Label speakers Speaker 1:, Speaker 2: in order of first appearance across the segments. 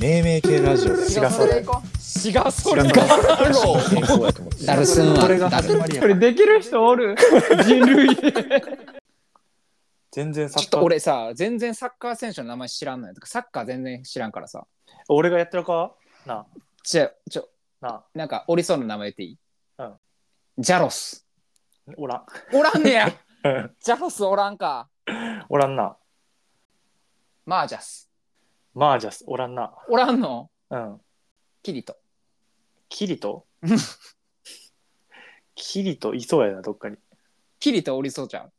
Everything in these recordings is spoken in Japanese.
Speaker 1: 命名系ラジオだよ
Speaker 2: 違うそれ行こ
Speaker 3: 違うそれ
Speaker 1: 違う
Speaker 3: か
Speaker 1: 健康やと思って
Speaker 4: ダルスンは
Speaker 1: これが
Speaker 4: ダ
Speaker 1: 始
Speaker 4: ル
Speaker 1: まりや
Speaker 3: これできる人おる人類で
Speaker 2: 全然サ
Speaker 3: ちょっ
Speaker 2: ッカ
Speaker 3: と
Speaker 2: ー俺
Speaker 3: 俺さ全然サッカー選手の名前知らんのよとかサッカー全然知らんからさ
Speaker 2: がやってるかな
Speaker 3: ちょちょ
Speaker 2: あな
Speaker 3: なんかおりそうな名前言っていい、
Speaker 2: うん
Speaker 3: ジャロス
Speaker 2: あおらん
Speaker 3: おら んねやジャロスおらんか
Speaker 2: おらんな
Speaker 3: マージャス
Speaker 2: マージャスおらんな
Speaker 3: おらんの
Speaker 2: うん
Speaker 3: キリト
Speaker 2: キ リトキリトいそうやなどっかに
Speaker 3: キリトおりそうじゃん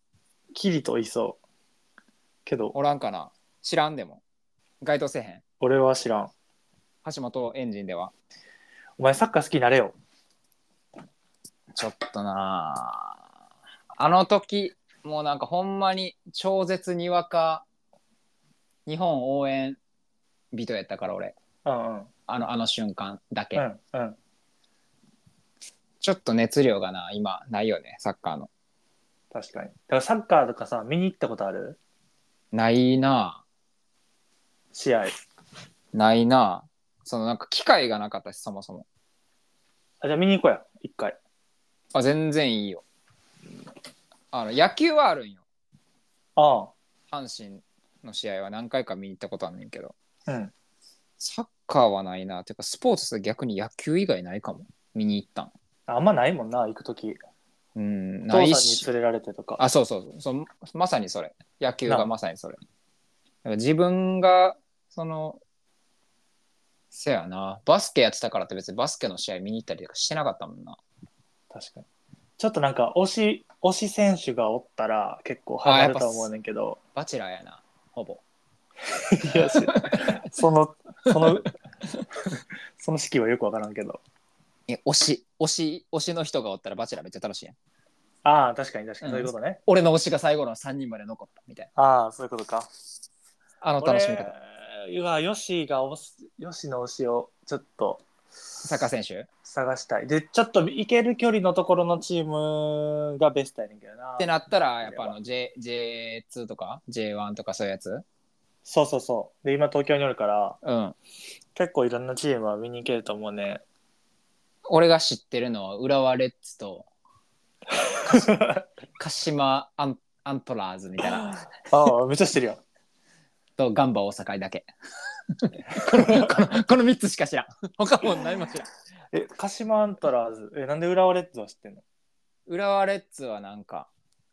Speaker 2: キリトいそうけど
Speaker 3: おらんかな知らんでも該当せえへん
Speaker 2: 俺は知らん
Speaker 3: 橋本エンジンでは
Speaker 2: お前サッカー好きになれよ
Speaker 3: ちょっとなああの時もうなんかほんまに超絶にわか日本応援人やったから俺
Speaker 2: うんうん
Speaker 3: あのあの瞬間だけ、
Speaker 2: うんうん
Speaker 3: ちょっと熱量がな今ないよねサッカーの
Speaker 2: 確かにだからサッカーとかさ見に行ったことある
Speaker 3: ないなあ
Speaker 2: 試合
Speaker 3: ないなあそのなんか機会がなかったしそもそも
Speaker 2: あじゃあ見に行こうや一回
Speaker 3: あ全然いいよあの野球はあるんよ
Speaker 2: あ
Speaker 3: 阪神の試合は何回か見に行ったことあんねんけど
Speaker 2: あうん
Speaker 3: サッカーはないなてかスポーツって逆に野球以外ないかも見に行ったん
Speaker 2: あんまないもんな行く時
Speaker 3: うん
Speaker 2: 父さ
Speaker 3: なん
Speaker 2: に
Speaker 3: いし
Speaker 2: 連れられてとか
Speaker 3: あそうそうそうそうまさにそれ野球
Speaker 2: な
Speaker 3: がまさにそれだから自分がそのせやなバスケやってたからって別にバスケの試合見に行ったりとかしてなかったもんな
Speaker 2: 確かにちょっとなんか推し推し選手がおったら結構ハマると思うねんけど
Speaker 3: バチェラーやなほぼ
Speaker 2: いやしそのその その式はよくわからんけど
Speaker 3: え推し推し推しの人がおったらバチェラーめっちゃ楽しいやん
Speaker 2: ああ確かに確かにそういうことね、
Speaker 3: 俺の推しが最後の3人まで残ったみたいな
Speaker 2: ああそういうことか
Speaker 3: あの楽しみ方
Speaker 2: 俺はヨシが推すヨシの推しをちょっと
Speaker 3: サッカー選手っ
Speaker 2: 探したいでちょっと行ける距離のところのチームがベストやねんけどな
Speaker 3: てなったらやっぱあの J J2 とか J1 とかそういうやつ
Speaker 2: そうそうそうで今東京におるから
Speaker 3: うん
Speaker 2: 結構いろんなチームは見に行けると思うね
Speaker 3: 俺が知ってるのは浦和レッズと鹿島アンアントラーズみたいな
Speaker 2: ああ めっちゃしてるよ
Speaker 3: とガンバ大阪だけこのこの この3つしか知らん他も何も知らん
Speaker 2: え、鹿島アントラーズ、え、なんで浦和レッズは知ってんの
Speaker 3: 浦和レッズはなんか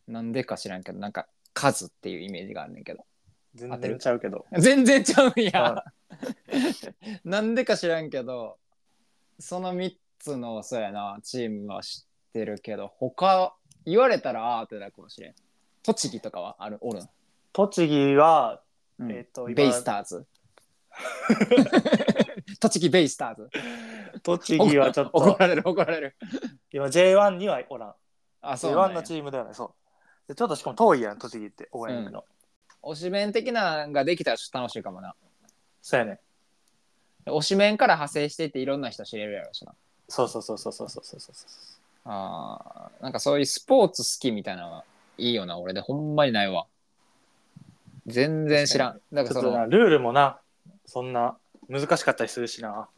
Speaker 3: なんでか知らんけどなんか数っていうイメージがあるねんけど
Speaker 2: 全
Speaker 3: 合って
Speaker 2: 然
Speaker 3: る
Speaker 2: ちゃうけど。
Speaker 3: 全然ちゃうんや
Speaker 2: あ
Speaker 3: なんでか知らんけどその3つのそうやなチームは知ってるけど他言われたらあーってなるかもしれん栃木とかはあるおるん
Speaker 2: 栃木は、
Speaker 3: うん
Speaker 2: えっと今
Speaker 3: ベイスター ズ栃木ベイスターズ
Speaker 2: 栃木はちょっ
Speaker 3: 怒
Speaker 2: と、
Speaker 3: られる怒られる
Speaker 2: 今 J1 にはおらん。
Speaker 3: あそうなん
Speaker 2: J1 の
Speaker 3: や
Speaker 2: チームだよね、そう。でちょっとしかも遠いやん、栃木って応援行くの。
Speaker 3: 推しメン的なのができたらちょっと楽しいかもな
Speaker 2: そうやね。
Speaker 3: 推しメンから派生していっていろんな人知れるやろうしな
Speaker 2: そうそうそうそうそうそうそうそうそ
Speaker 3: あーなんかそういうスポーツ好きみたいなのはいいよな俺でほんまにないわ全然知らんなん
Speaker 2: う。
Speaker 3: か
Speaker 2: ちょ
Speaker 3: そ
Speaker 2: っとな、
Speaker 3: の
Speaker 2: ルールもな、そんな難しかったりするしな。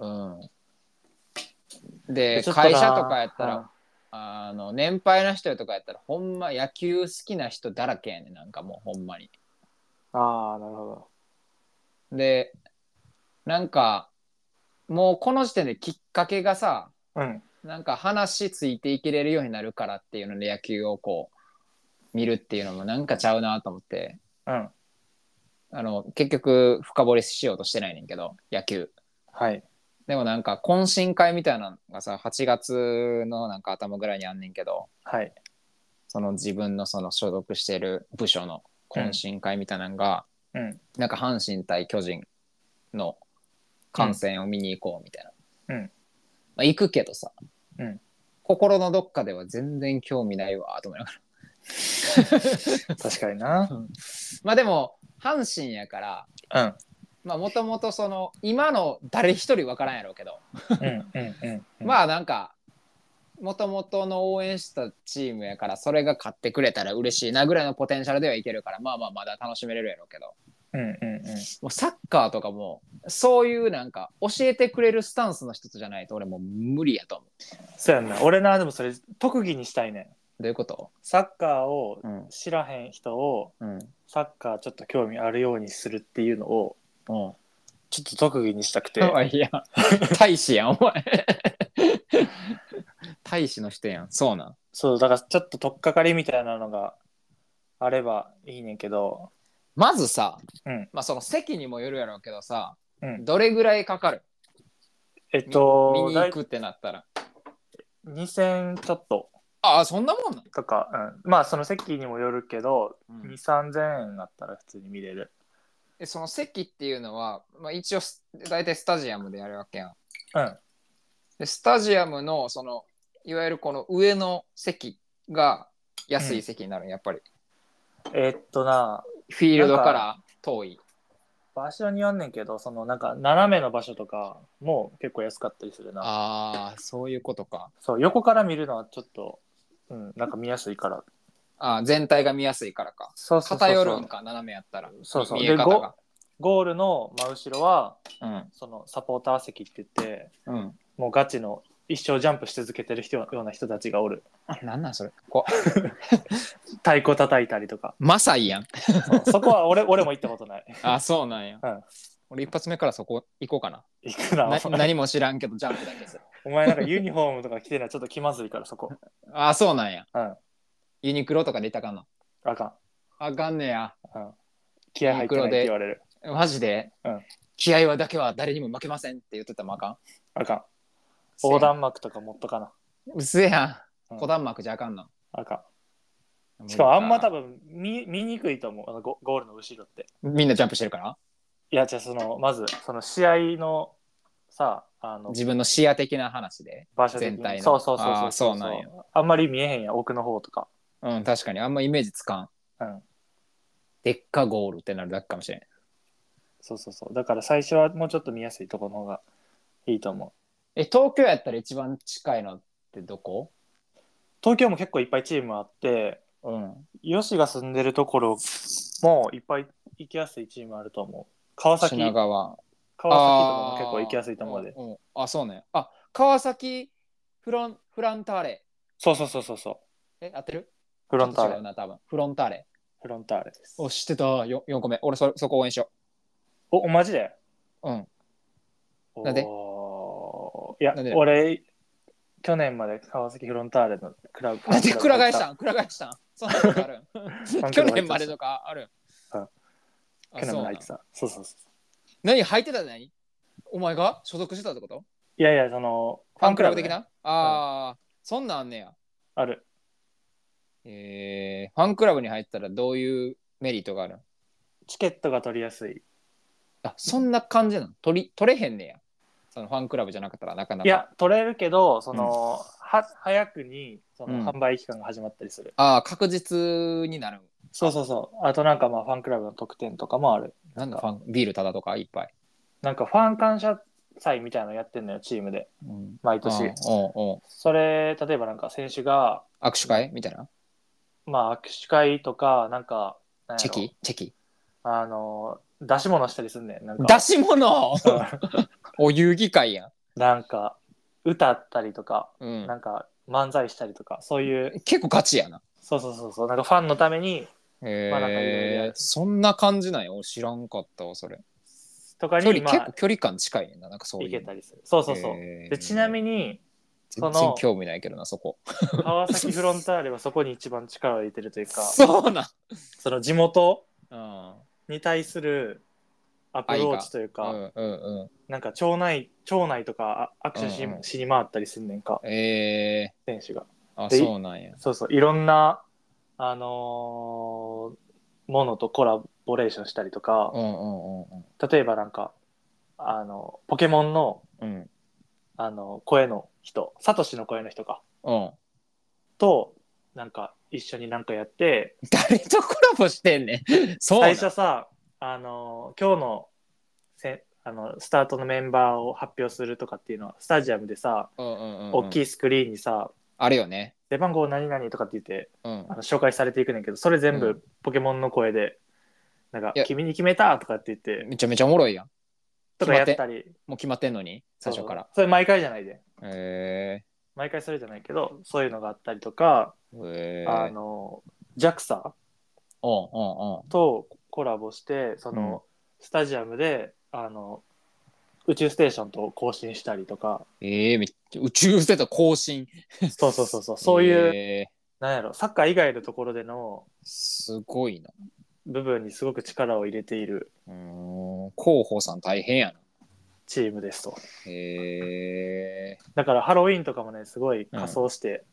Speaker 3: うんで
Speaker 2: ちょっとな
Speaker 3: 会社とかやったら、
Speaker 2: うん
Speaker 3: あの年配の人とかやったらほんま野球好きな人だらけやねんなんかもうほんまに
Speaker 2: ああ、なるほど。
Speaker 3: でなんかもうこの時点できっかけがさ
Speaker 2: うん。
Speaker 3: なんか話ついていけれるようになるからっていうので野球をこう見るっていうのもなんかちゃうなと思って
Speaker 2: うん。
Speaker 3: あの結局深掘りしようとしてないねんけど野球
Speaker 2: はい。
Speaker 3: でもなんか懇親会みたいなのがさ8月のなんか頭ぐらいにあんねんけど
Speaker 2: はい。
Speaker 3: その自分のその所属してる部署の懇親会みたいなのが、
Speaker 2: うん。
Speaker 3: なんか阪神対巨人の観戦を見に行こうみたいな。
Speaker 2: うん
Speaker 3: まあ、行くけどさ、
Speaker 2: うん
Speaker 3: 心のどっかでは全然興味ないわと思いながら。
Speaker 2: 確かにな。
Speaker 3: まあでも阪神やから、
Speaker 2: うん。
Speaker 3: まあもともとその今の誰一人わからんやろうけど、
Speaker 2: うん。うん。うん。あ、
Speaker 3: まあなんか、もともとの応援したチームやからそれが勝ってくれたら嬉しいなぐらいのポテンシャルではいけるからまあまあまだ楽しめれるやろうけど
Speaker 2: うんうんうん。
Speaker 3: もうサッカーとかもそういうなんか教えてくれるスタンスの人とじゃないと俺もう無理やと思う。
Speaker 2: そうやんな。俺な、でもそれ、特技にしたいねん。
Speaker 3: どういうこと、
Speaker 2: サッカーを
Speaker 3: うん
Speaker 2: 知らへん人を、
Speaker 3: うん
Speaker 2: サッカーちょっと興味あるようにするっていうのを、
Speaker 3: うん、
Speaker 2: ちょっと特技にしたくて。
Speaker 3: かわいいやん。大使やん、お前。大使の人やん。そうなん。
Speaker 2: そう、だからちょっと取っかかりみたいなのがあればいいねんけど、
Speaker 3: まずさ、
Speaker 2: うん
Speaker 3: まあその席にもよるやろうけどさ、
Speaker 2: うん
Speaker 3: どれぐらいかかる
Speaker 2: えっ
Speaker 3: 見
Speaker 2: と、
Speaker 3: に行くってなったら。
Speaker 2: だい2000ちょっと
Speaker 3: ああ、そんなもんなん。
Speaker 2: とか、うん、まあその席にもよるけど、
Speaker 3: うん
Speaker 2: 2、3000円だったら普通に見れる。
Speaker 3: えその席っていうのは、まあ、一応ス大体スタジアムでやるわけやん。
Speaker 2: うん。
Speaker 3: でスタジアムのそのいわゆるこの上の席が安い席になるんやっぱり
Speaker 2: えっとな、
Speaker 3: フィールド
Speaker 2: なん
Speaker 3: か
Speaker 2: か
Speaker 3: ら遠い
Speaker 2: 場所によんねんけど、そのなんか斜めの場所とかも結構安かったりするな。
Speaker 3: ああそういうことか
Speaker 2: そう、横から見るのはちょっと、うん、なんか見やすいから。
Speaker 3: あー全体が見やすいからか
Speaker 2: そうそうそうそう
Speaker 3: 偏るんか斜めやったら
Speaker 2: そうそう
Speaker 3: 見え方が
Speaker 2: ゴールの真後ろは、
Speaker 3: うん
Speaker 2: そのサポーター席って言って、
Speaker 3: うん
Speaker 2: もうガチの一生ジャンプし続けてる人ような人たちがおる。
Speaker 3: なんなんそれこ
Speaker 2: 太鼓叩いたりとか。
Speaker 3: マサイやん
Speaker 2: そうそこは俺 俺も行ったことない。
Speaker 3: あそうなんや、
Speaker 2: うん
Speaker 3: 俺一発目からそこ行こうかな
Speaker 2: 行く
Speaker 3: な
Speaker 2: な。お前
Speaker 3: 何も知らんけどジャンプだけする
Speaker 2: お前なんかユニフォームとか着てないちょっと気まずいからそこ。
Speaker 3: あそうなんや、
Speaker 2: うん
Speaker 3: ユニクロとかでいたかんの
Speaker 2: あかん。
Speaker 3: あかんねや
Speaker 2: 気合入ってないって言われる。
Speaker 3: マジで、
Speaker 2: うん
Speaker 3: 気合はだけは誰にも負けませんって言ってたらあかん
Speaker 2: あかん。横断幕とか持っとかな。
Speaker 3: うせやん
Speaker 2: うん
Speaker 3: 横断幕じゃあかんの
Speaker 2: あかん。しかもあんま多分見見にくいと思う。あのゴゴールの後ろって。
Speaker 3: みんなジャンプしてるから
Speaker 2: いや、じゃあその、まず、その試合のさ、あの、
Speaker 3: 自分の視野的な話で
Speaker 2: 場所的
Speaker 3: 全体
Speaker 2: に。
Speaker 3: の
Speaker 2: そうそうそう
Speaker 3: あ
Speaker 2: そ
Speaker 3: ーそ
Speaker 2: う
Speaker 3: うなんや
Speaker 2: あんまり見えへんやん、奥の方とか。
Speaker 3: うん確かにあんまイメージつかん、
Speaker 2: うん
Speaker 3: でっかゴールってなるだけかもしれん
Speaker 2: そうそうそう。だから最初はもうちょっと見やすいところの方がいいと思う。
Speaker 3: え東京やったら一番近いのってどこ
Speaker 2: 東京も結構いっぱいチームあって、
Speaker 3: うん
Speaker 2: ヨシが住んでるところもいっぱい行きやすいチームあると思う。川崎、
Speaker 3: 品
Speaker 2: 川崎
Speaker 3: 川
Speaker 2: とかも結構行きやすいと思うで。
Speaker 3: あ,、んんあそうねあ川崎フロンフランターレ
Speaker 2: そうそうそうそうそう。
Speaker 3: え合ってる
Speaker 2: フロンター
Speaker 3: ちょっと違う
Speaker 2: レ。
Speaker 3: な多分フロンターレ
Speaker 2: フロンターレです。
Speaker 3: お知ってた 4, 四個目俺そそこ応援しよ
Speaker 2: お、おマジで
Speaker 3: ううんな
Speaker 2: なん
Speaker 3: で
Speaker 2: いや
Speaker 3: なんで、
Speaker 2: 俺、去年まで川崎フロンターレのクラブ。
Speaker 3: なんでくら返し
Speaker 2: クラ
Speaker 3: たんくら返したんそんなことあるん
Speaker 2: ん
Speaker 3: 去年までとかあるん
Speaker 2: うん
Speaker 3: あ
Speaker 2: ブ
Speaker 3: そうな
Speaker 2: 入
Speaker 3: ん
Speaker 2: ってた。そうそうそう。
Speaker 3: 何入ってたの何お前が所属してたってこと
Speaker 2: いやいや、その、
Speaker 3: ファンクラブ的
Speaker 2: ね
Speaker 3: なああ、そんなんあんねや。
Speaker 2: ある。
Speaker 3: えー、ファンクラブに入ったらどういうメリットがあるん
Speaker 2: チケットが取りやすい。
Speaker 3: あそんな感じなの取り取れへんねや。そのファンクラブじゃなかったらなかなか。
Speaker 2: いや、取れるけど、その、は早くにそ
Speaker 3: うん
Speaker 2: の販売期間が始まったりする。
Speaker 3: ああ、確実になる。
Speaker 2: そうそうそう。あとなんかまあファンクラブの特典とかもある。
Speaker 3: なんだファンビールただとかいっぱい。
Speaker 2: なんかファン感謝祭みたいなのやってんのよ、チームで。
Speaker 3: うん、
Speaker 2: 毎
Speaker 3: あ
Speaker 2: 年
Speaker 3: ー。おうおう
Speaker 2: それ、例えばなんか選手が、
Speaker 3: 握手会みたいな。
Speaker 2: まあ握手会とか、なんか、なんやろ
Speaker 3: チェキチェキ。
Speaker 2: あの、出し物したりすんねん。なんか、
Speaker 3: 出し物 お遊戯会やん。
Speaker 2: なんか歌ったりとか、
Speaker 3: うん
Speaker 2: なんか漫才したりとか、そういう、
Speaker 3: 結構ガチやな。
Speaker 2: そうそうそうそう、なんかファンのために、まあなんか
Speaker 3: へ
Speaker 2: いろいろや
Speaker 3: え
Speaker 2: る
Speaker 3: そんな感じなんや。俺知らんかったわ、それ。
Speaker 2: とか
Speaker 3: 距
Speaker 2: に、
Speaker 3: 離、
Speaker 2: ま
Speaker 3: 結
Speaker 2: あ
Speaker 3: 構、距離感近いねんな。なんかそういう
Speaker 2: 行
Speaker 3: の。
Speaker 2: けたりする。そうそうそう。
Speaker 3: へー
Speaker 2: でちなみに、そ
Speaker 3: 全
Speaker 2: の
Speaker 3: 然興味ないけどな、そこ。
Speaker 2: 川崎フロンターレはそこに一番力を入れてるというか、
Speaker 3: そうなん。
Speaker 2: その地元
Speaker 3: うん。
Speaker 2: に対するアプローチという
Speaker 3: う
Speaker 2: か、
Speaker 3: んうんう
Speaker 2: なんか町内、町内とかあ握手し,、
Speaker 3: うんうん
Speaker 2: しに回ったりすんねんか、
Speaker 3: ん。え
Speaker 2: 選手が。
Speaker 3: ー、あ、
Speaker 2: で
Speaker 3: そうなんや。
Speaker 2: そうそう、いろんな、あのーものとコラボレーションしたりとか、
Speaker 3: うんうんうん
Speaker 2: 例えばなんか、あの、ポケモンの、
Speaker 3: うん。うん。
Speaker 2: あの、声の人、サトシの声の人か、
Speaker 3: うん、
Speaker 2: と、なんか、一緒になんかやって、
Speaker 3: 誰とコラボしてんねん。 そうなん
Speaker 2: 最初さ、あの、今日のせ、あの、スタートのメンバーを発表するとかっていうのは、スタジアムでさ、
Speaker 3: うんうんうんうん、
Speaker 2: 大きいスクリーンにさ、
Speaker 3: あるよね。
Speaker 2: 出番号何々とかって言って、
Speaker 3: うん
Speaker 2: あ。の紹介されていくねんけど、それ全
Speaker 3: う
Speaker 2: 部ポケモンの声でなんか
Speaker 3: いや、
Speaker 2: 君に決めたとかって言って、
Speaker 3: めちゃめちゃおもろいやん。
Speaker 2: とかやったり、
Speaker 3: もう決まってんのに、最初から
Speaker 2: そう。それ毎回じゃないで。
Speaker 3: へ
Speaker 2: 毎回それじゃないけど、そういうのがあったりとか、
Speaker 3: えー。へえ
Speaker 2: あの、JAXA
Speaker 3: うんうんうん。
Speaker 2: とコラボして、その、スタジアムで、あの、宇宙ステーションと交信したり とか、
Speaker 3: ええめっちゃ宇宙ステータ更新。
Speaker 2: そうそうそうそう、そういう、
Speaker 3: えー
Speaker 2: なんやろ、サッカー以外のところでの
Speaker 3: すごいな。
Speaker 2: 部分にすごく力を入れている
Speaker 3: うーん。広報さん大変やな。
Speaker 2: チームですと。
Speaker 3: へえー。
Speaker 2: だからハロウィーンとかもね、すごい仮装して、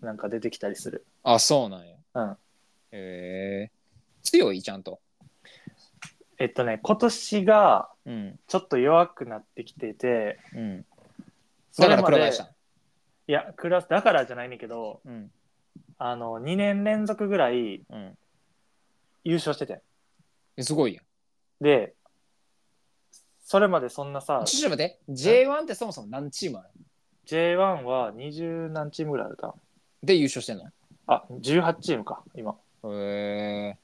Speaker 2: なんか出てきたりする。
Speaker 3: あ、そうなんや。
Speaker 2: うん。
Speaker 3: へえー。強いちゃんと。
Speaker 2: えっとね、今年が
Speaker 3: うん。
Speaker 2: ちょっと弱くなってきていて、
Speaker 3: うん。
Speaker 2: そ
Speaker 3: だ
Speaker 2: れ
Speaker 3: から
Speaker 2: ま
Speaker 3: 黒
Speaker 2: で
Speaker 3: 林さん。
Speaker 2: いや、クラス、だからじゃないねんだけど、
Speaker 3: うん。
Speaker 2: あの、2年連続ぐらい
Speaker 3: うん
Speaker 2: 優勝してて。
Speaker 3: え。すごいやん。
Speaker 2: で、それまでそんなさ、
Speaker 3: ちょっと待って。J1 ってそもそも何チームある
Speaker 2: J1 は20何チームぐらいあるか
Speaker 3: で優勝してんの
Speaker 2: なあ、18チームか、今。
Speaker 3: へえ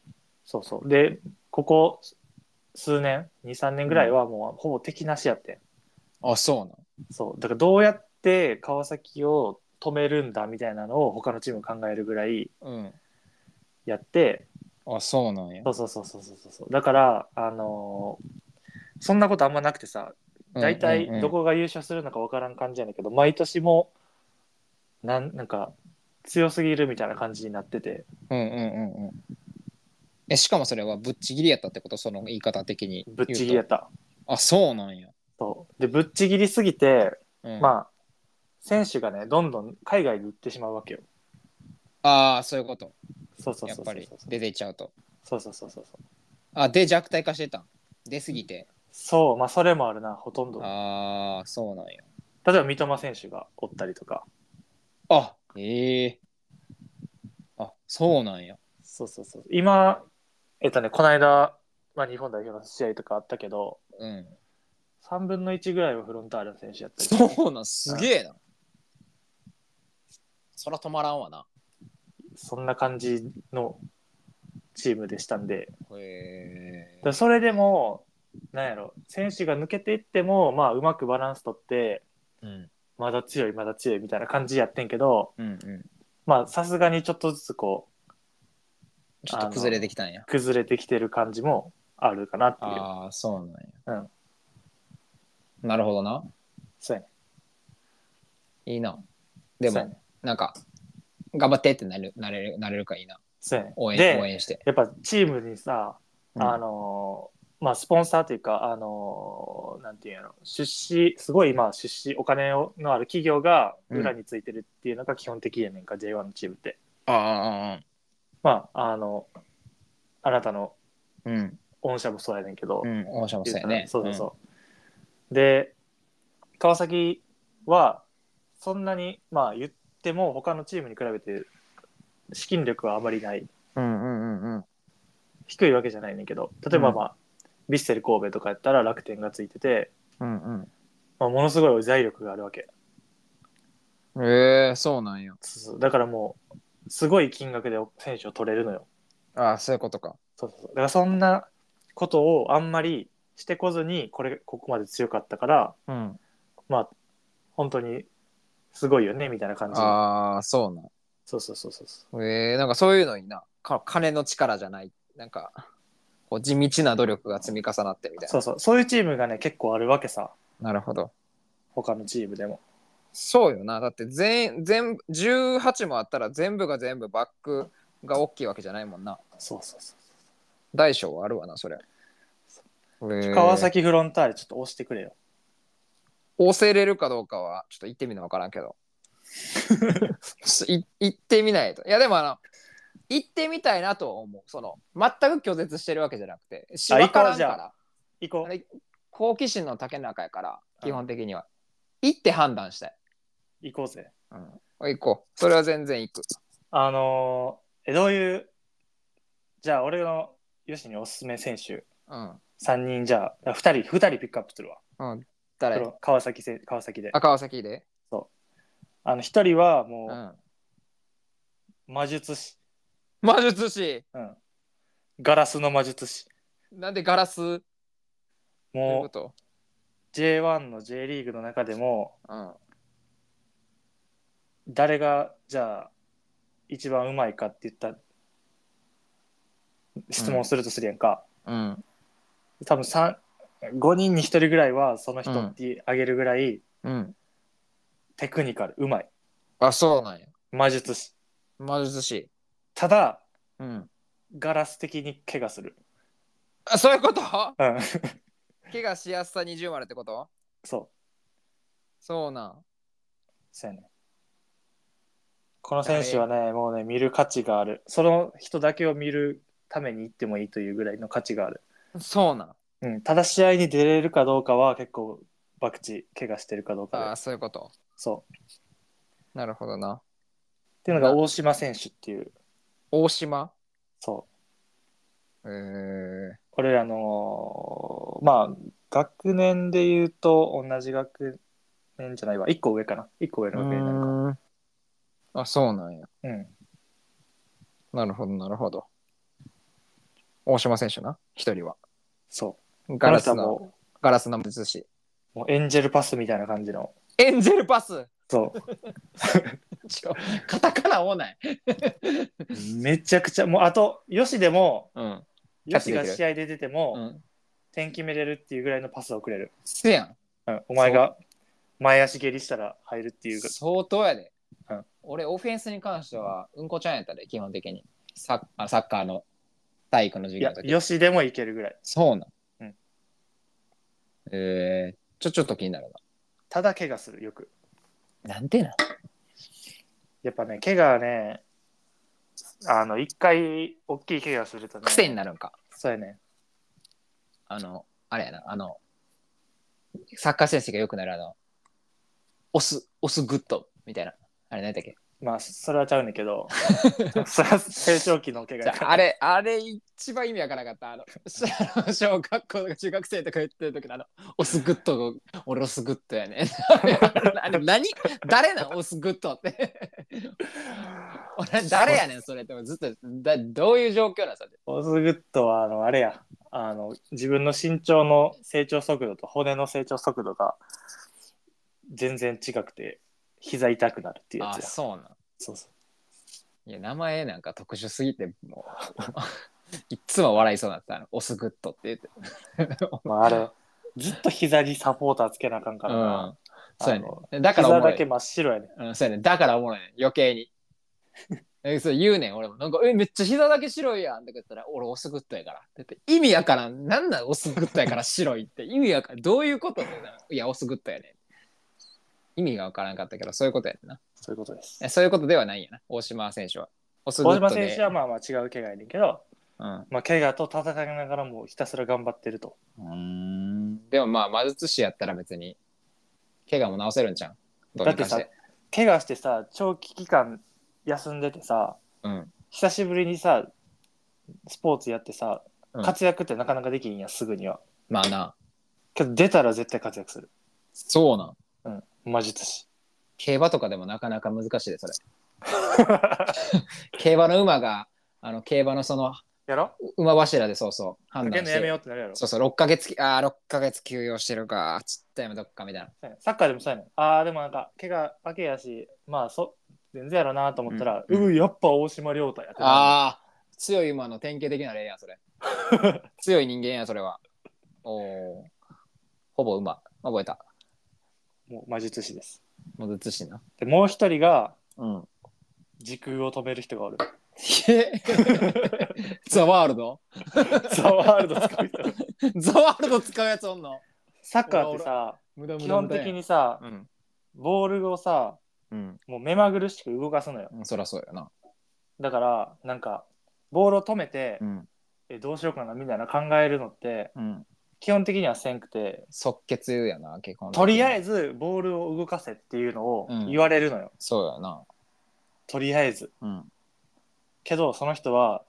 Speaker 2: そうそう。で、ここ数年、2、3年ぐらいはもうほぼ敵なしやってん。
Speaker 3: ー。あ、そうなん。
Speaker 2: そう。だからどうやって川崎を止めるんだみたいなのを他のチーム考えるぐらい
Speaker 3: うん。
Speaker 2: やって、
Speaker 3: あ、そうなんや。
Speaker 2: そうそうそうそうそうそう。だから、あのーそんなことあんまなくてさ、大体どこが優勝するのか分からん感じやねんけど、毎年もなんなんか強すぎるみたいな感じになってて
Speaker 3: うんうんうんうんうん。え、しかもそれはぶっちぎりやったってことその言い方的に言う
Speaker 2: ぶ
Speaker 3: と。
Speaker 2: っちぎりやった
Speaker 3: あ、そうなんや。
Speaker 2: そうでぶっちぎりすぎて、
Speaker 3: うん、あ
Speaker 2: まあ選手がねどんどん海外に行ってしまうわけよ
Speaker 3: あー、そういうこと。
Speaker 2: そうそう
Speaker 3: やっ
Speaker 2: そう
Speaker 3: ぱ
Speaker 2: そう
Speaker 3: り出ていっちゃうと。
Speaker 2: そうそうそうそうそう
Speaker 3: あ、で弱体化してたん。出すぎて。
Speaker 2: そうまあそれもあるなほとんど例え
Speaker 3: ああ、そうなんや。
Speaker 2: ば三笘選手がおったりとか
Speaker 3: あ、ええあ、そうなんや。
Speaker 2: そうそうそう今えっとねこの間、まあ、日本代表の試合とかあったけど
Speaker 3: うん。
Speaker 2: 3分の1ぐらいはフロンターレの選手やったりとか
Speaker 3: そうなん、すげえな。そら止まらんわな。
Speaker 2: そんな感じのチームでしたんで、
Speaker 3: へ
Speaker 2: だからそれでも、なんやろ、選手が抜けていっても、まあ、うまくバランス取って、
Speaker 3: え。うん。
Speaker 2: まだ強い、まだ強いみたいな感じやってんけど、
Speaker 3: うんうん。
Speaker 2: まあ、さすがにちょっとずつこ
Speaker 3: ちょっと崩れてきたんや
Speaker 2: う、。崩れてきてる感じもあるかなっていう。
Speaker 3: ああ、そうなんや。うん。なるほどな。
Speaker 2: そうやね。
Speaker 3: いいな。で
Speaker 2: そうやね
Speaker 3: も、なんか、頑張ってってなるなれるなれるからいいな。
Speaker 2: そうやね。
Speaker 3: 応援応
Speaker 2: で、
Speaker 3: 援して。
Speaker 2: やっぱチームにさ、
Speaker 3: うん
Speaker 2: あのーまあ、スポンサーというか、あのーなんていうんやろ、出資、すごい今、出資、お金をのある企業が裏についてるっていうのが基本的やねんか、J1 のチームって。
Speaker 3: ああ、ああ
Speaker 2: まあ、あの、あなたの
Speaker 3: うん。
Speaker 2: 御社もそうやねんけど、
Speaker 3: うん。大島もそうやね。
Speaker 2: そうそうそう。で、川崎は、そんなに、まあ言っても、他のチームに比べて、資金力はあまりない。
Speaker 3: うんうんうんうん。
Speaker 2: 低いわけじゃないねんけど、例えば
Speaker 3: うん
Speaker 2: まあ、ヴィッセル神戸とかやったら楽天がついてて、
Speaker 3: うん
Speaker 2: まあ、ものすごい財力があるわけ。
Speaker 3: うん。ええ、そうなんや。
Speaker 2: そうそうだからもう、すごい金額で選手を取れるのよ。
Speaker 3: ああ、そういうことか。
Speaker 2: そうそうそうだからそんなことをあんまりしてこずに、これ、ここまで強かったから、
Speaker 3: うん。
Speaker 2: まあ、本当にすごいよね、みたいな感じ。
Speaker 3: ああ、そうなん。
Speaker 2: そうそうそうそうそ
Speaker 3: ええ、なんかそういうのいいな。か金の力じゃない。なんか、こう地道な努力が積み重なってみた
Speaker 2: う。
Speaker 3: い
Speaker 2: そうそう。そういうチームがね、結構あるわけさ。
Speaker 3: な。なるほど。
Speaker 2: 他のチームでも。
Speaker 3: そうよな。だって全、全部、18もあったら全部が全部バックが大きいわけじゃないもんな。
Speaker 2: そうそうそう。
Speaker 3: 大小はあるわな、それ。俺
Speaker 2: 川。崎フロンターレちょっと押してくれよ。
Speaker 3: 押せれるかどうかは、ちょっと行ってみるの分からんけど。ちょっとい行ってみないと。いや、でもあの、行ってみたいなとは思う。その、全く拒絶してるわけじゃなくて、し
Speaker 2: あ
Speaker 3: わから
Speaker 2: 行こうんじ
Speaker 3: か
Speaker 2: ゃあ
Speaker 3: ら。
Speaker 2: 行こ
Speaker 3: あ
Speaker 2: う。
Speaker 3: れ好奇心の竹中やから、基本的には。行って判断したい。
Speaker 2: 行こうぜ。
Speaker 3: 行こう。それは全然行く。
Speaker 2: あのーえ、どういう、じゃあ俺のよしにおすすめ選手、
Speaker 3: うん。
Speaker 2: 3人じゃあ、2人、2人ピックアップするわ。
Speaker 3: うん。誰
Speaker 2: その川崎せ、川崎で。
Speaker 3: あ、川崎で
Speaker 2: あの、1人はも
Speaker 3: う
Speaker 2: う、
Speaker 3: ん。
Speaker 2: 魔術師。
Speaker 3: 魔術師
Speaker 2: うん。ガラスの魔術師。
Speaker 3: なんでガラスどういう
Speaker 2: も
Speaker 3: こ
Speaker 2: う
Speaker 3: と
Speaker 2: J1 の J リーグの中でも
Speaker 3: うん。
Speaker 2: 誰がじゃあ一番うまいかって言った質問をするとするやんか、
Speaker 3: うん。
Speaker 2: 多分3 5人に1人ぐらいはその人ってあげるぐらい
Speaker 3: うん。
Speaker 2: テクニカルうまい
Speaker 3: あ、そうなんや。
Speaker 2: 魔術師
Speaker 3: 魔術師。
Speaker 2: ただ
Speaker 3: うん。
Speaker 2: ガラス的に怪我する、
Speaker 3: あ、そういうこと
Speaker 2: うん、
Speaker 3: 怪我しやすさ二重丸ってこと
Speaker 2: そう
Speaker 3: そうなん。
Speaker 2: そうやねこの選手はねもうね見る価値があるその人だけを見るために行ってもいいというぐらいの価値がある、
Speaker 3: そうなん。
Speaker 2: うん、ただ試合に出れるかどうかは結構バクチ怪我してるかどうか
Speaker 3: あ
Speaker 2: で
Speaker 3: そういうこと。
Speaker 2: そう
Speaker 3: なるほどな。
Speaker 2: っていうのが大島選手っていう
Speaker 3: 大島
Speaker 2: そ
Speaker 3: え
Speaker 2: う
Speaker 3: ー、
Speaker 2: 俺らのまあ学年で言うと同じ学年じゃないわ1個上かな1個上の学年になるか
Speaker 3: うーんあ、そうなんや。
Speaker 2: うん
Speaker 3: なるほど、なるほど。大島選手な、一人は。
Speaker 2: そう
Speaker 3: ガラス
Speaker 2: この人は
Speaker 3: の、
Speaker 2: も
Speaker 3: ガラスの魔術師。
Speaker 2: うもうエンジェルパスみたいな感じの
Speaker 3: エンジェルパ ス
Speaker 2: そう
Speaker 3: ちょカタカナ多ない。
Speaker 2: めちゃくちゃもうあとよしでも
Speaker 3: うん。キャ
Speaker 2: よ
Speaker 3: ッチで
Speaker 2: し
Speaker 3: きる
Speaker 2: が試合で出ても、
Speaker 3: うん。
Speaker 2: 点決めれるっていうぐらいのパスをくれる、
Speaker 3: せやん。
Speaker 2: うん、お前が前足蹴りしたら入るっていうか
Speaker 3: 相当やで。
Speaker 2: うん
Speaker 3: 俺、オフェンスに関しては、うんこちゃんやったで、基本的に。サッあサッカーの体育の授
Speaker 2: い
Speaker 3: 業
Speaker 2: や
Speaker 3: の時。
Speaker 2: よしでもいけるぐらい
Speaker 3: そうなん。
Speaker 2: うん
Speaker 3: えー、ちょ、ちょっと気になる
Speaker 2: ただ怪我するよく
Speaker 3: な。なんてな。
Speaker 2: やっぱね怪我はねあの1回大きい怪我するとね
Speaker 3: 癖になるんか。
Speaker 2: そうやね
Speaker 3: あの、あれやな、あの、サッカー選手が良くなるあの、押す、押すグッドみたいな。あれ何だっけ
Speaker 2: まあそれはちゃうんだ けどそれは成長期の怪我
Speaker 3: じ
Speaker 2: や
Speaker 3: ゃ
Speaker 2: から
Speaker 3: ああれ、あれ一番意味わからなかった。あの、あの 小学校とか中学生とか言ってる時のあの、押すグッドが、俺押すグッドやね。 あれ何誰なん押すグッドって。 俺誰やねんそれってずっとだどういう状況なんそれ
Speaker 2: オズグッドはあのあれやあの自分の身長の成長速度と骨の成長速度が全然違くて膝痛くなるっていうや
Speaker 3: あ
Speaker 2: つや
Speaker 3: そうなん
Speaker 2: そうそう
Speaker 3: いや、名前なんか特殊すぎて、もう、いっ つも笑いそうだったの。オスグッドって言って。
Speaker 2: まああれずっと膝にサポーターつけなあかんからな、
Speaker 3: うん。そうや
Speaker 2: あ
Speaker 3: ね。だからおも
Speaker 2: 膝
Speaker 3: ろ
Speaker 2: だ
Speaker 3: い
Speaker 2: け。真っ白やね
Speaker 3: うん、そうやね。だからおもろいね。余計 に。えそう言うねん、俺も。なんか、え、めっちゃ膝だけ白いやんって言ったら、俺オスグッドやから。って言って、意味やからん。なんなんオスグッドやから白いって。意味やからん。どういうことだよな。いや、オスグッドやねん。意味がわからんかったけど、そういうことやねんな。
Speaker 2: そういうことです
Speaker 3: えそういうことではないんやな。大島選手は。オスグ
Speaker 2: 大
Speaker 3: ッド
Speaker 2: 島
Speaker 3: で。
Speaker 2: 選手はまあまあ違う怪我やねんけど、
Speaker 3: うん。
Speaker 2: まあ、怪我と戦いながらもひたすら頑張ってると
Speaker 3: うーんでもまあ魔術師やったら別に怪我も治せるんじゃんどう
Speaker 2: だ
Speaker 3: に
Speaker 2: って
Speaker 3: か
Speaker 2: さ
Speaker 3: して
Speaker 2: 怪我してさ長期期間休んでてさ
Speaker 3: うん
Speaker 2: 久しぶりにさスポーツやってさ
Speaker 3: うん
Speaker 2: 活躍ってなかなかできんやすぐには
Speaker 3: まあな
Speaker 2: けど出たら絶対活躍する、
Speaker 3: そうなん
Speaker 2: うん、魔術師
Speaker 3: 競馬とかでもなかなか難しいでそれ競馬の馬があの競馬のその
Speaker 2: やろ
Speaker 3: 馬柱でそうそう
Speaker 2: か
Speaker 3: 判断
Speaker 2: けん
Speaker 3: し
Speaker 2: のやめよ
Speaker 3: て
Speaker 2: うってなるやろ
Speaker 3: そうそう6ヶ月きあー6ヶ月休養してるかちっちゃいもどっかみたいな
Speaker 2: そうやねサッカーでもそうやねんああでもなんか怪我明けやしまあそ全然やろなと思ったら、
Speaker 3: う
Speaker 2: うんん、やっぱ大島亮太やってな
Speaker 3: あー強い馬の典型的な例や それ強い人間やそれはおおほぼ馬覚えた
Speaker 2: もう魔術師です
Speaker 3: 魔術師な
Speaker 2: でもう一人が
Speaker 3: うん
Speaker 2: 時空を止める人 がおる
Speaker 3: え ザワールド
Speaker 2: ザワールド使う人
Speaker 3: ザワールド使うやつおんの
Speaker 2: サッカーってさ
Speaker 3: 無駄
Speaker 2: 基本的にさ
Speaker 3: うん、
Speaker 2: ボールをさ
Speaker 3: うん、
Speaker 2: もう目まぐるしく動かすのよ
Speaker 3: そりゃそうやな、
Speaker 2: だからなんかボールを止めて、
Speaker 3: ん
Speaker 2: えどうしようかなみたいな考えるのって
Speaker 3: うん、
Speaker 2: 基本的にはせんくて
Speaker 3: 即決やな結婚
Speaker 2: とりあえ
Speaker 3: ず
Speaker 2: ずボールを動かせっていうのを
Speaker 3: うん
Speaker 2: 言われるのよ、
Speaker 3: そうやな、
Speaker 2: とりあえず
Speaker 3: うん、
Speaker 2: けどその人は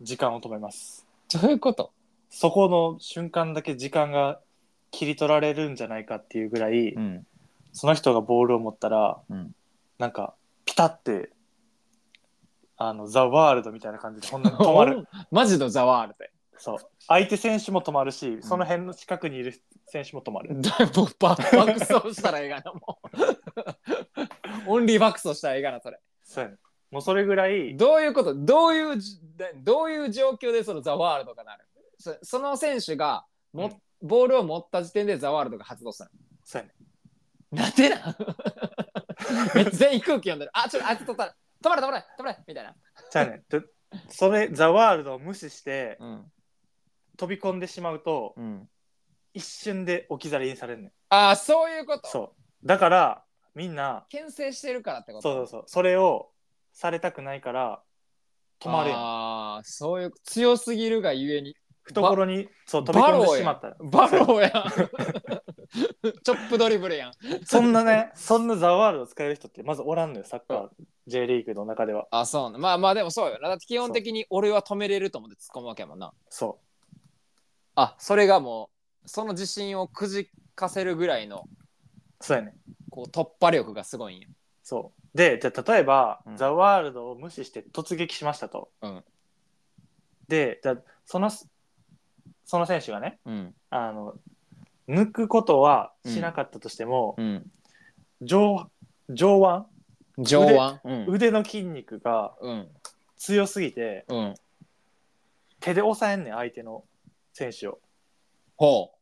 Speaker 2: 時間を止めます
Speaker 3: どういうこと、
Speaker 2: そこの瞬間だけ時間が切り取られるんじゃないかっていうぐらい、
Speaker 3: ん、
Speaker 2: その人がボールを持ったら、
Speaker 3: うん
Speaker 2: なんかピタって あのザ・ワールドみたいな感じでほんなに止まる
Speaker 3: マジのザワールド
Speaker 2: そう相手選手も止まるし、その辺の近くにいる選手も止まる。
Speaker 3: だいぶば爆走したらええがな、も う。オンリー爆走したらええがな、それ。
Speaker 2: そうやねもうそれぐらい、
Speaker 3: どういうことどういうじ、どういう状況でそのザワールドがなるそその選手がも、
Speaker 2: うん
Speaker 3: ボールを持った時点でザワールドが発動する。
Speaker 2: そうやね
Speaker 3: なんでなんめっちゃ全員空気読んで る。あ、ちょっとあいつ取ったら。止まれ止まれ止まれみたいな。
Speaker 2: じゃあねでそれ、ザワールドを無視して
Speaker 3: うん。
Speaker 2: 飛び込んでしまうと、
Speaker 3: うん、
Speaker 2: 一瞬で置き去りにされるねん
Speaker 3: ああ、そういうこと。
Speaker 2: そう。だから、みんな、
Speaker 3: 牽制してるからってこと
Speaker 2: そうそうそう、それをされたくないから、止まるやん。
Speaker 3: ああ、そういう、強すぎるがゆえに。
Speaker 2: 懐に、そう、飛び込んでしまったら。
Speaker 3: バローやん。 チョップドリブルやん。
Speaker 2: そんなね、そんなザワールド使える人ってまずおらんのよ、サッカー、J リーグの中では。
Speaker 3: あ、そうな。まあまあでもそうよな。だって基本的に俺は止めれると思って突っ込むわけやもんな。
Speaker 2: そ
Speaker 3: あ、それがもう、その自信をくじかせるぐらいの
Speaker 2: う。そうやね。
Speaker 3: こう突破力がすごいんや。
Speaker 2: そう。で、じゃあ例えば、
Speaker 3: うん
Speaker 2: ザワールドを無視して突撃しましたと。
Speaker 3: うん
Speaker 2: で、じゃあその、その選手がね、
Speaker 3: うん。
Speaker 2: あの、抜くことはしなかったとしても、
Speaker 3: うん。
Speaker 2: 上、上腕
Speaker 3: 上腕。うん。
Speaker 2: 腕の筋肉が
Speaker 3: うん。
Speaker 2: 強すぎて
Speaker 3: うん。
Speaker 2: 手で押さえんねん相手の選手を
Speaker 3: ほ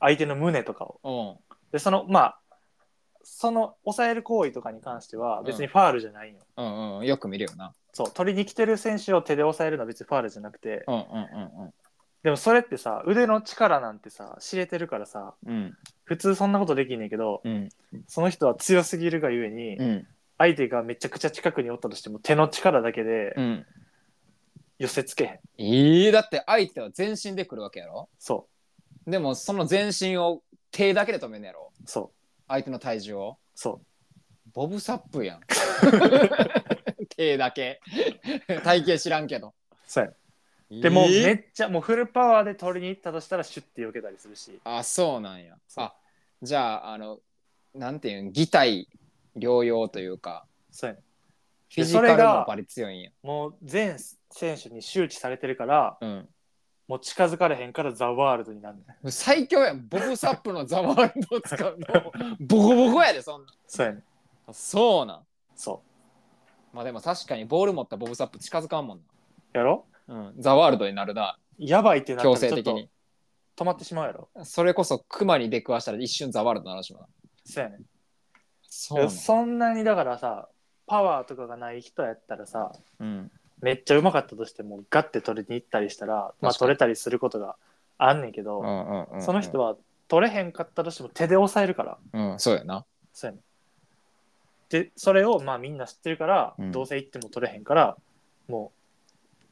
Speaker 2: 相手の胸とかを
Speaker 3: う。うん。
Speaker 2: でそのまあその押さえる行為とかに関しては別にファールじゃないよ、
Speaker 3: うんうん。よく見るよな。
Speaker 2: そう取りに来てる選手を手で押さえるのは別にファールじゃなくて、
Speaker 3: うんうん
Speaker 2: でもそれってさ腕の力なんてさ知れてるからさ
Speaker 3: うんうん。
Speaker 2: 普通そんなことできんねんけど
Speaker 3: うん。
Speaker 2: その人は強すぎるがゆえに、
Speaker 3: うん。
Speaker 2: 相手がめちゃくちゃ近くにおったとしても手の力だけで
Speaker 3: うん。
Speaker 2: 寄せつけへん
Speaker 3: ええだって相手は全身で来るわけやろ
Speaker 2: そ
Speaker 3: でもその全身を手だけで止めんねやろ
Speaker 2: うそう
Speaker 3: 相手の体重を。
Speaker 2: そ
Speaker 3: ボブサップやん。 手だけ。体型知らんけど。
Speaker 2: うそうやでもう
Speaker 3: えー
Speaker 2: めっちゃもうフルパワーで取りに行ったとしたらシュッて避けたりするし
Speaker 3: あ、そうなんや。あ、じゃあ、あの、なんていうん、擬態療養というか、
Speaker 2: そうやね
Speaker 3: フィ
Speaker 2: で
Speaker 3: ジカ
Speaker 2: そ
Speaker 3: ルも
Speaker 2: れが
Speaker 3: やっぱり強いんや。
Speaker 2: もう全選手に周知されてるから
Speaker 3: うん。
Speaker 2: もう近づかれへんからザ・ワールドになる
Speaker 3: 最強やん。ボブサップのザワールドを使うの。ボコボコやで、そんな。
Speaker 2: そうやね
Speaker 3: あそうなん。
Speaker 2: そ
Speaker 3: まあでも確かにボール持ったボブサップ近づかんもん
Speaker 2: うやろ
Speaker 3: な。うん。ザワールドになるな、
Speaker 2: やばいってなった
Speaker 3: 強
Speaker 2: らち
Speaker 3: 制
Speaker 2: ょっ
Speaker 3: 的
Speaker 2: と
Speaker 3: に。
Speaker 2: 止まってしまうやろ
Speaker 3: それこそクマに出くわしたら一瞬ザワールドになるしもな。
Speaker 2: そうやね
Speaker 3: そう
Speaker 2: そ
Speaker 3: なん。
Speaker 2: んなにだからさパワーとかがない人やったらさ
Speaker 3: うん。
Speaker 2: めっちゃうまかったとしてもガッて取りに行ったりしたら、まあ、
Speaker 3: 確かに
Speaker 2: 取れたりすることがあんねんけど、その人
Speaker 3: は、
Speaker 2: は取れへんかったとしても手で押さえるから
Speaker 3: うん、そうやな。
Speaker 2: そうやねでそれをまあみんな知ってるから、
Speaker 3: うん
Speaker 2: どうせ行っても取れへんからも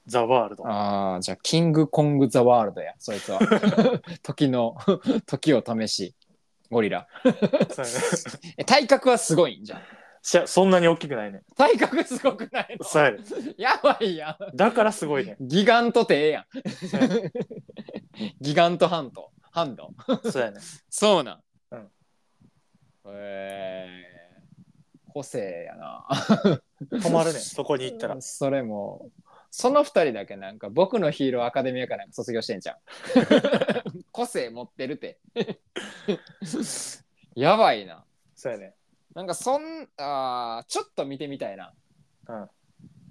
Speaker 2: うザ・ワールド
Speaker 3: ああ、じゃあ、キングコング・ザ・ワールドや、そいつは。 時の、 時を試し、ゴリラ。
Speaker 2: そうやね
Speaker 3: え体格はすごいんじゃん。
Speaker 2: しゃそんなに大きくないね
Speaker 3: 体格すごくないの
Speaker 2: そうやね
Speaker 3: やばいやん。
Speaker 2: だからすごいね
Speaker 3: ギガントってええやん。
Speaker 2: そうやね
Speaker 3: ギガントハンド。ハンド。
Speaker 2: そうやね
Speaker 3: そうなん。
Speaker 2: うん。
Speaker 3: えー、個性やな。
Speaker 2: 止まるねそこに行ったら
Speaker 3: それもその2人だけなんか僕のヒーローアカデミアかなんか卒業してんじゃん 個性持ってるってやばいな
Speaker 2: そうやね
Speaker 3: なんかそんあーちょっと見てみたいな、
Speaker 2: うん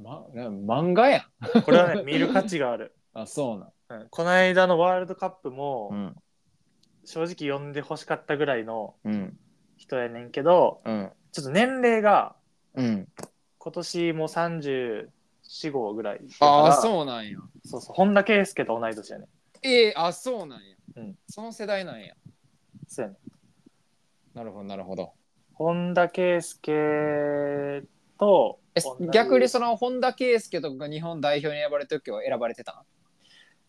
Speaker 3: ま、な漫画やん
Speaker 2: これはね見る価値がある、
Speaker 3: あそうな
Speaker 2: うん、この間のワールドカップも
Speaker 3: ん
Speaker 2: 正直読んでほしかったぐらいの
Speaker 3: うん
Speaker 2: 人やねんけど
Speaker 3: うん
Speaker 2: ちょっと年齢が
Speaker 3: うん
Speaker 2: 今年も34号ぐらいだから
Speaker 3: ああそうなんや
Speaker 2: そうそう本田圭佑と同い年やね
Speaker 3: ええあそうなんや、
Speaker 2: うん
Speaker 3: その世代なんや
Speaker 2: そうやね
Speaker 3: なるほどなるほど
Speaker 2: 本田圭佑と
Speaker 3: え
Speaker 2: 同じ
Speaker 3: 逆にその本田圭佑とかが日本代表に選ばれた時は選ばれてた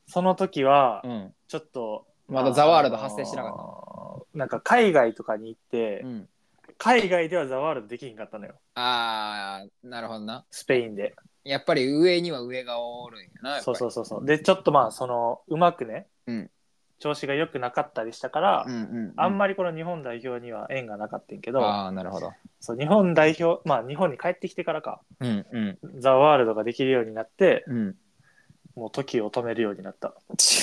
Speaker 2: その時は
Speaker 3: ん
Speaker 2: ちょっと、
Speaker 3: まだザワールド発生してなかった
Speaker 2: ったなんか海外とかに行って、
Speaker 3: うん
Speaker 2: 海外ではザワールドできひんかったのよ
Speaker 3: あーなるほどな
Speaker 2: スペインで
Speaker 3: やっぱり上には上がおるんやなやっぱり
Speaker 2: そうそうそうそうでちょっとまあそのうまくね、
Speaker 3: うん
Speaker 2: 調子が良くなかったりしたから、
Speaker 3: うんうんうん、
Speaker 2: あん
Speaker 3: ま
Speaker 2: まりこの日本代表には縁がなかったんけど、
Speaker 3: ああなるほど
Speaker 2: そう日本代表まあ日本に帰ってきてからか
Speaker 3: うんうん
Speaker 2: ザワールドができるようになって
Speaker 3: うん
Speaker 2: もう時を止めるようになった。
Speaker 3: チ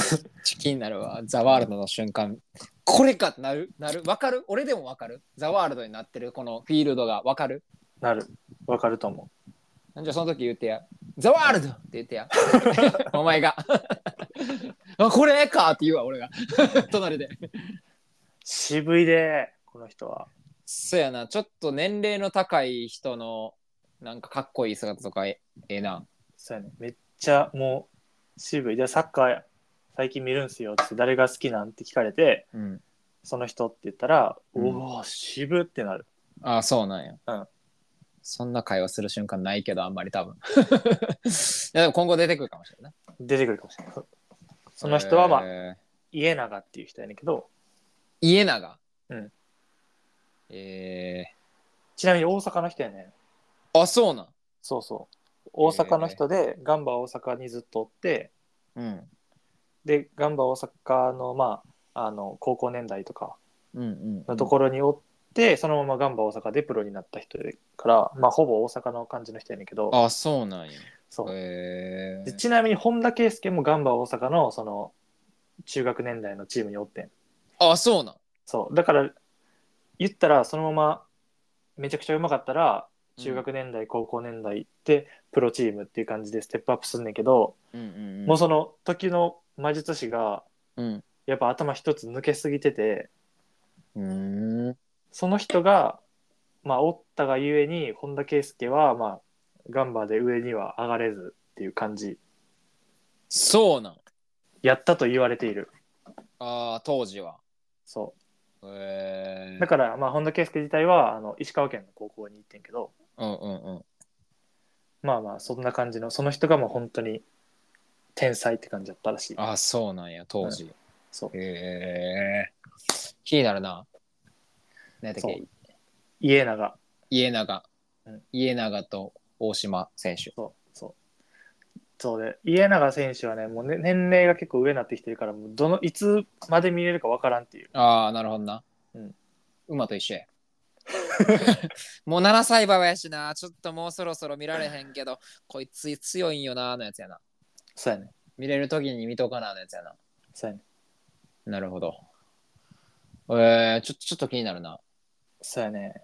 Speaker 3: チキンなるわザワールドの瞬間これかってなるなるわかる俺でもわかるザワールドになってるこのフィールドがわかる
Speaker 2: なる。わかると思
Speaker 3: じゃあその時言ってやザワールドって言ってや お前が あこれかって言うわ俺が 隣で
Speaker 2: う。渋いで、この人は。
Speaker 3: そうやなちょっと年齢の高い人のなんかかっこいい姿とかえええな
Speaker 2: そうやね。めっちゃもう渋い。で、サッカー最近見るんすよって誰が好きなんって聞かれて、
Speaker 3: うん
Speaker 2: その人って言ったら、
Speaker 3: うん
Speaker 2: うわ、渋ってなる。
Speaker 3: ああそうなんや、
Speaker 2: うん
Speaker 3: そんな会話する瞬間ないけどあんまり多分 いやでも今後出てくるかもしれないな
Speaker 2: 出てくるかもしれない。その人はまあ、
Speaker 3: えー
Speaker 2: 家長っていう人やねんけど、
Speaker 3: 家長
Speaker 2: うん
Speaker 3: え
Speaker 2: ちなみに大阪の人やねん。
Speaker 3: ー、あそうなん
Speaker 2: そうそう。大阪の人で、ガンバ大阪にずっとおって、
Speaker 3: うん
Speaker 2: で、ガンバ大阪の、まあ、あの、高校年代とか
Speaker 3: うんうん
Speaker 2: のところにおって、そのままガンバ大阪でプロになった人やから、まあ、ほぼ大阪の感じの人やねんけど、
Speaker 3: あそうなんや
Speaker 2: そう。
Speaker 3: え
Speaker 2: で
Speaker 3: ー、
Speaker 2: ちなみに本田圭佑もガンバ大阪の、その、中学年代のチームにおってん。
Speaker 3: あそうなん
Speaker 2: そう。だから、言ったら、そのまま、めちゃくちゃうまかったら、中学年代、高校年代って、プロチームっていう感じでステップアップすんねんけど、
Speaker 3: うんうんうん
Speaker 2: もうその時の魔術師が
Speaker 3: うん
Speaker 2: やっぱ頭一つ抜けすぎてて
Speaker 3: うーん
Speaker 2: その人がまあおったがゆえに本田圭佑はまあガンバで上には上がれずっていう感じ
Speaker 3: そうなん
Speaker 2: やったと言われている
Speaker 3: あー当時は
Speaker 2: そ
Speaker 3: え
Speaker 2: う
Speaker 3: ー、
Speaker 2: だからまあ本田圭佑自体はあの石川県の高校に行ってんけど
Speaker 3: うんうんうん
Speaker 2: まあまあそんな感じのその人がもう本当に天才って感じだったらしい
Speaker 3: あそうなんや当時、
Speaker 2: そう
Speaker 3: へえー、気になるな何やったっ
Speaker 2: そ
Speaker 3: け
Speaker 2: う家長
Speaker 3: 家長、
Speaker 2: うん
Speaker 3: 家長と大島選手
Speaker 2: そうそうそうで家長選手はねもうね年齢が結構上になってきてるからもうどのいつまで見れるかわからんっていう
Speaker 3: ああ、なるほどな。
Speaker 2: うん。
Speaker 3: 馬と一緒や。 もう7歳馬場やしな。ちょっともうそろそろ見られへんけど、こいつ強いんよな、のやつやな。
Speaker 2: そうやね
Speaker 3: 見れる時に見とかな、のやつやな。
Speaker 2: そうやね
Speaker 3: なるほど。えー、ちょちょっと気になるな。
Speaker 2: そうやね。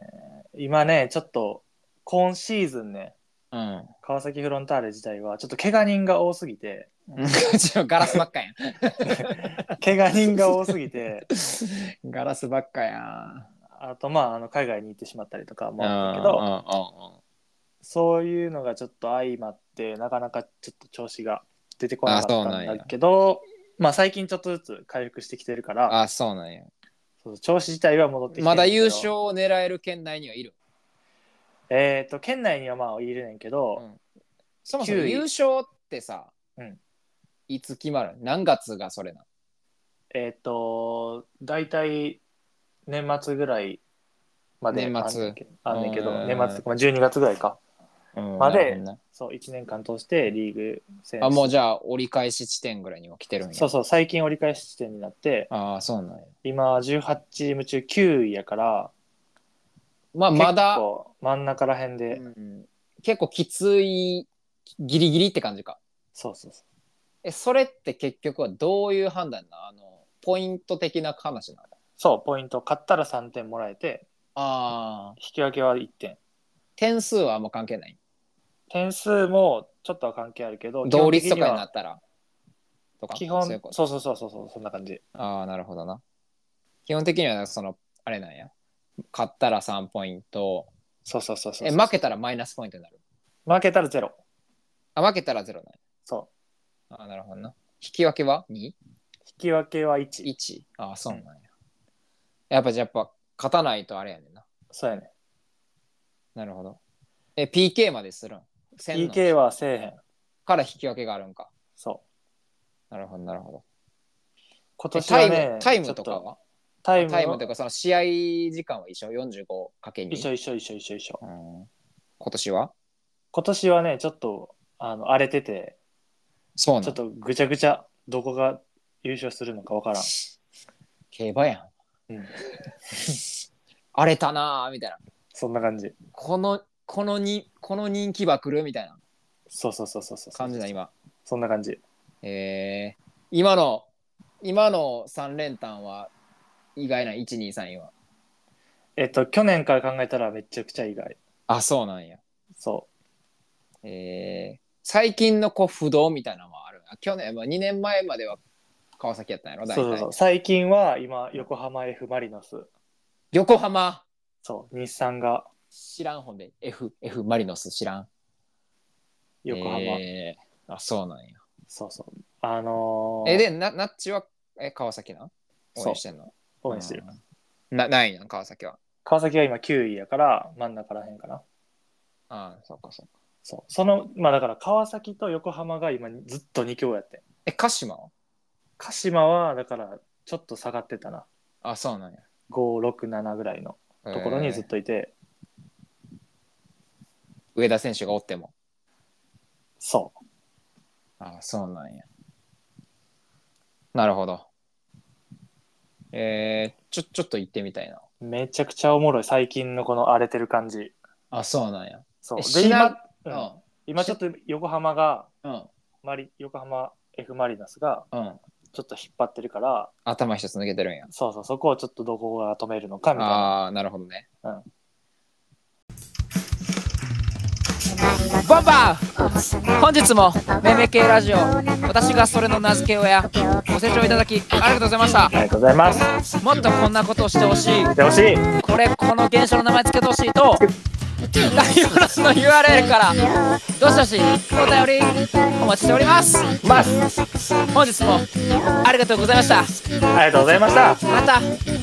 Speaker 2: 今ね、ちょっと、今シーズンね、
Speaker 3: うん。
Speaker 2: 川崎フロンターレ自体は、ちょっと怪我人が多すぎ て、
Speaker 3: ちょガラスばっかやん。
Speaker 2: 怪我人が多すぎて、
Speaker 3: ガラスばっかやん。
Speaker 2: あと、まあ、あの海外に行ってしまったりとかもあるんだけど、
Speaker 3: ど。
Speaker 2: そういうのがちょっと相まって、なかなかちょっと調子が出てこなかった
Speaker 3: あそうなん
Speaker 2: ん
Speaker 3: や
Speaker 2: だけど、まあ、最近ちょっとずつ回復してきてるから、
Speaker 3: あ、そうなんや。
Speaker 2: そう調子自体は戻ってきてるん
Speaker 3: まだ
Speaker 2: けど
Speaker 3: 優勝を狙える県内にはいる。
Speaker 2: えっ、と、県内にはまあ、いるねんけど、
Speaker 3: うんそもそも
Speaker 2: 9位
Speaker 3: 優勝ってさ、
Speaker 2: うん
Speaker 3: いつ決まる何月がそれな
Speaker 2: えっ、と、大体年末ぐらいまで
Speaker 3: 年末
Speaker 2: あんねんけど、
Speaker 3: うん
Speaker 2: 年末とかまあ12月ぐらいか。
Speaker 3: うん
Speaker 2: ま
Speaker 3: な
Speaker 2: で
Speaker 3: るほどね
Speaker 2: そう、1年間通してリーグ戦。
Speaker 3: あもうじゃあ折り返し地点ぐらいには来てるんや。
Speaker 2: そうそう、最近折り返し地点になって、
Speaker 3: ああそうなんや。
Speaker 2: 今18チーム中9位やから、
Speaker 3: まあまだ
Speaker 2: 結、構真ん中らへんで、
Speaker 3: うん結構きついギリギリって感じか。
Speaker 2: そうそうそ
Speaker 3: えそれって結局はどういう判断なのあのポイント的な話なの
Speaker 2: う。そう、ポイント、勝ったら3点もらえて、
Speaker 3: ああ
Speaker 2: 引き分けは1点。
Speaker 3: 点数はあんま関係ない。
Speaker 2: 点数もちょっとは関係あるけど、
Speaker 3: 同率とかになっ
Speaker 2: て。
Speaker 3: たら。とか
Speaker 2: 基本
Speaker 3: そうい
Speaker 2: そう
Speaker 3: こと
Speaker 2: そうそうそうそう、そんな感じ。
Speaker 3: ああ、なるほどな。基本的には、その、あれなんや。勝ったら3ポイント。
Speaker 2: そうそうそうそう
Speaker 3: え、負けたらマイナスポイントになる。
Speaker 2: 負けたらゼロ。
Speaker 3: あ、負けたら0なんや。
Speaker 2: そう。
Speaker 3: ああ、なるほどな。引き分けは 2?1?
Speaker 2: 引き分けは1。
Speaker 3: ああ、そうなんや。やっぱ、じゃあやっぱ、勝たないとあれやねんな。
Speaker 2: そうやね。
Speaker 3: なるほど。え、PK までするん。せんの
Speaker 2: PK はせえへん。
Speaker 3: から引き分けがあるんか。
Speaker 2: そう。
Speaker 3: なるほど、なるほど。
Speaker 2: 今
Speaker 3: え
Speaker 2: 年
Speaker 3: タ
Speaker 2: は
Speaker 3: イム
Speaker 2: ね、
Speaker 3: タイムとか
Speaker 2: ちょっ
Speaker 3: は
Speaker 2: タイム
Speaker 3: タイムと
Speaker 2: か
Speaker 3: か、その試合時間は一緒 ?45×2。
Speaker 2: 一緒一緒一緒一緒一緒。
Speaker 3: うん今年は
Speaker 2: 今年はね、ちょっとあの荒れてて、
Speaker 3: そうなん
Speaker 2: ちょっとぐちゃぐちゃ、どこが優勝するのかわからん。
Speaker 3: 競馬やん。
Speaker 2: うん
Speaker 3: 荒れたなあみたいな。
Speaker 2: そんな感じ。
Speaker 3: この、このに、この人気馬来るみたいな
Speaker 2: そうそうそうそうそう。
Speaker 3: 感じだ、今。
Speaker 2: そんな感じ。
Speaker 3: えー、今の今の3連単は意外な1234は
Speaker 2: えっと、去年から考えたらめちゃくちゃ意外。
Speaker 3: あそうなんや
Speaker 2: そ
Speaker 3: えー、最近のこう不動みたいなのもあるな去年は2年前までは川崎やったんやろ
Speaker 2: う。
Speaker 3: 大
Speaker 2: そう
Speaker 3: 体
Speaker 2: そうそう。最近は今、横浜 F ・マリノス。
Speaker 3: 横浜
Speaker 2: そう、日産が
Speaker 3: 知らんほんで F, F マリノス知らん
Speaker 2: 横浜。
Speaker 3: えーあそうなんや
Speaker 2: そうそう。あのー
Speaker 3: えでなナッチはえ川崎なん応
Speaker 2: そう
Speaker 3: 援してんの
Speaker 2: 応援してる。
Speaker 3: うんなないやん川崎は
Speaker 2: 川崎が今9位やから、真ん中らへんかな。
Speaker 3: ああそうかそうか
Speaker 2: そう。その、まあだから川崎と横浜が今ずっと2強やってん。
Speaker 3: え鹿島は
Speaker 2: 鹿島は、だから、ちょっと下がってたな。
Speaker 3: あそうなんや
Speaker 2: 5、6、7ぐらいのところにずっといて、
Speaker 3: えー上田選手がおっても
Speaker 2: そ
Speaker 3: あそうなんや。なるほど。えー、ちょ、ちょっと行ってみたいな。
Speaker 2: う。めちゃくちゃおもろい。最近のこの荒れてる感じ。
Speaker 3: あ、そうなんや。
Speaker 2: そう。
Speaker 3: え
Speaker 2: で、
Speaker 3: し
Speaker 2: 今
Speaker 3: な、う、
Speaker 2: うんん、今ちょっと横浜が、
Speaker 3: うん、
Speaker 2: マリ横浜 F ・マリノスが
Speaker 3: うん。
Speaker 2: ちょっと引っ張ってるから、
Speaker 3: 頭一つ抜けてるんや。
Speaker 2: そうそう、そこをちょっとどこが止めるのかみたいな。
Speaker 3: ああ、なるほどね。
Speaker 2: うん
Speaker 3: ボンバー本日もめめ系ラジオ私がそれの名付け親ご清聴いただきありがとうございました
Speaker 2: ありがとうございます。
Speaker 3: もっとこんなことをしてほしい
Speaker 2: 見てほしい。
Speaker 3: これこの現象の名前つけてほしいと概要欄の URL からどしどしお便りお待ちしておりますます本日もありがとうございました
Speaker 2: ありがとうございました。
Speaker 3: また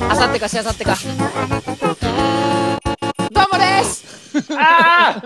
Speaker 3: あさってかしあさってかどうもです
Speaker 2: ああ